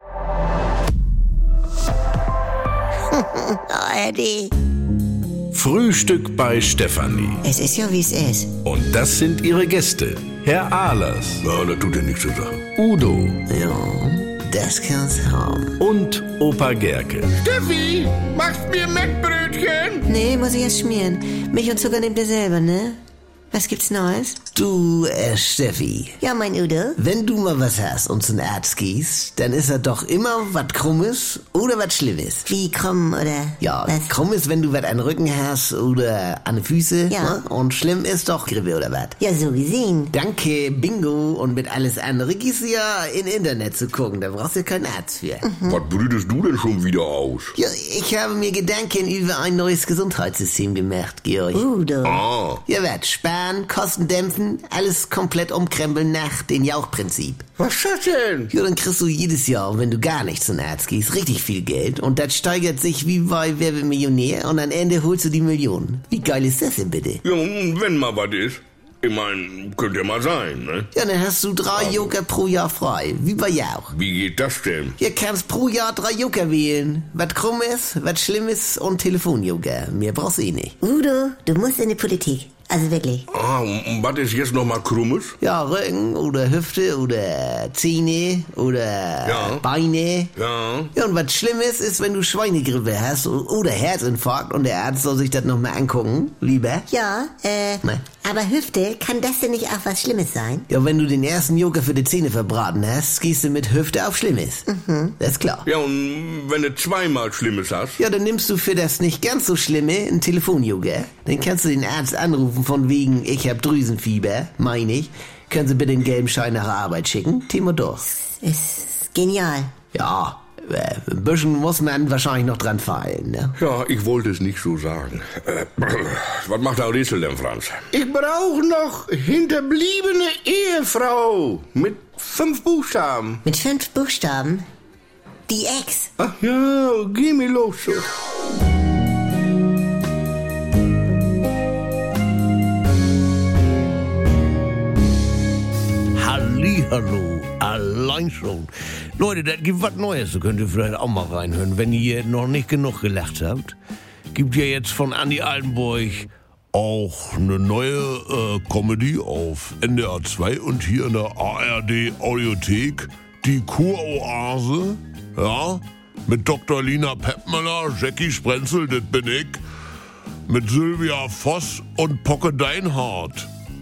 Oh, Eddie. Frühstück bei Stefanie. Es ist ja, wie es ist. Und das sind ihre Gäste. Herr Ahlers, Ja, das tut ja nichts zur Sache. Udo Ja, das kann's haben. und Opa Gerke. Steffi, machst mir Mettbrötchen? Nee, muss ich erst schmieren. Milch und Zucker nehmt ihr selber, ne? Was gibt's Neues? Du, äh, Steffi, Ja, mein Udo. wenn du mal was hast und zum Arzt gehst, dann ist er doch immer was Krummes oder was Schlimmes. Wie krumm, oder? Ja, Was? krumm ist, wenn du was an den Rücken hast oder an den Füße. Ja. Ne? Und schlimm ist doch Grippe oder was. Ja, so gesehen. Danke, Bingo. Und mit alles andere gehst du ja in Internet zu gucken. Da brauchst du keinen Arzt für. Hm. Was brütest du denn schon wieder aus? Ja, ich habe mir Gedanken über ein neues Gesundheitssystem gemacht, Georg. Udo. Ah, Ihr werdet sparen, Kosten dämpfen, alles komplett umkrempeln nach dem Jauchprinzip. Was ist das denn? Ja, dann kriegst du jedes Jahr, wenn du gar nicht zum Arzt gehst, richtig viel Geld. Und das steigert sich wie bei Wer wird Millionär und am Ende holst du die Millionen. Wie geil ist das denn bitte? ja, und wenn mal was ist. Ich mein, könnte ja mal sein, ne? Ja, dann hast du drei Joker pro Jahr frei, wie bei Jauch. Wie geht das denn? Ihr kannst pro Jahr drei Joker wählen. Was krumm ist, was schlimm ist und Telefonjoker. Mehr brauchst du eh nicht. Udo, du musst in die Politik. Also wirklich. Ah, und und was ist jetzt nochmal Krummes? Ja, Rücken oder Hüfte oder Zähne oder Ja. Beine. Ja. Ja, und was Schlimmes ist, wenn du Schweinegrippe hast o- oder Herzinfarkt und der Arzt soll sich das nochmal angucken, lieber. Ja, äh, Ne. aber Hüfte, kann das denn nicht auch was Schlimmes sein? Ja, wenn du den ersten Joker für die Zähne verbraten hast, gehst du mit Hüfte auf Schlimmes. Das ist klar. Ja, und wenn du zweimal Schlimmes hast? Ja, dann nimmst du für das nicht ganz so Schlimme einen Telefonjoker. Dann kannst du den Arzt anrufen von wegen, ich hab Drüsenfieber, meine ich. Können Sie bitte den gelben Schein nach der Arbeit schicken? Thema durch. Ist genial. Ja, äh, ein bisschen muss man wahrscheinlich noch dran feilen, ne? Ja, ich wollte es nicht so sagen. Äh, was macht der Riesel denn, Franz? Ich brauche noch hinterbliebene Ehefrau mit fünf Buchstaben. Mit fünf Buchstaben. Die Ex. Ach ja, geh mir los. Hallihallo, allein schon. Leute, das gibt was Neues, da könnt ihr vielleicht auch mal reinhören, wenn ihr noch nicht genug gelacht habt. Gibt ja jetzt von Andy Altenburg auch eine neue äh, Comedy auf NDR 2 und hier in der ARD Audiothek, die Kuroase, ja, mit Dr. Lina Peppmüller, Jackie Sprenzel, das bin ich mit Sylvia Voss und Pocke Deinhardt.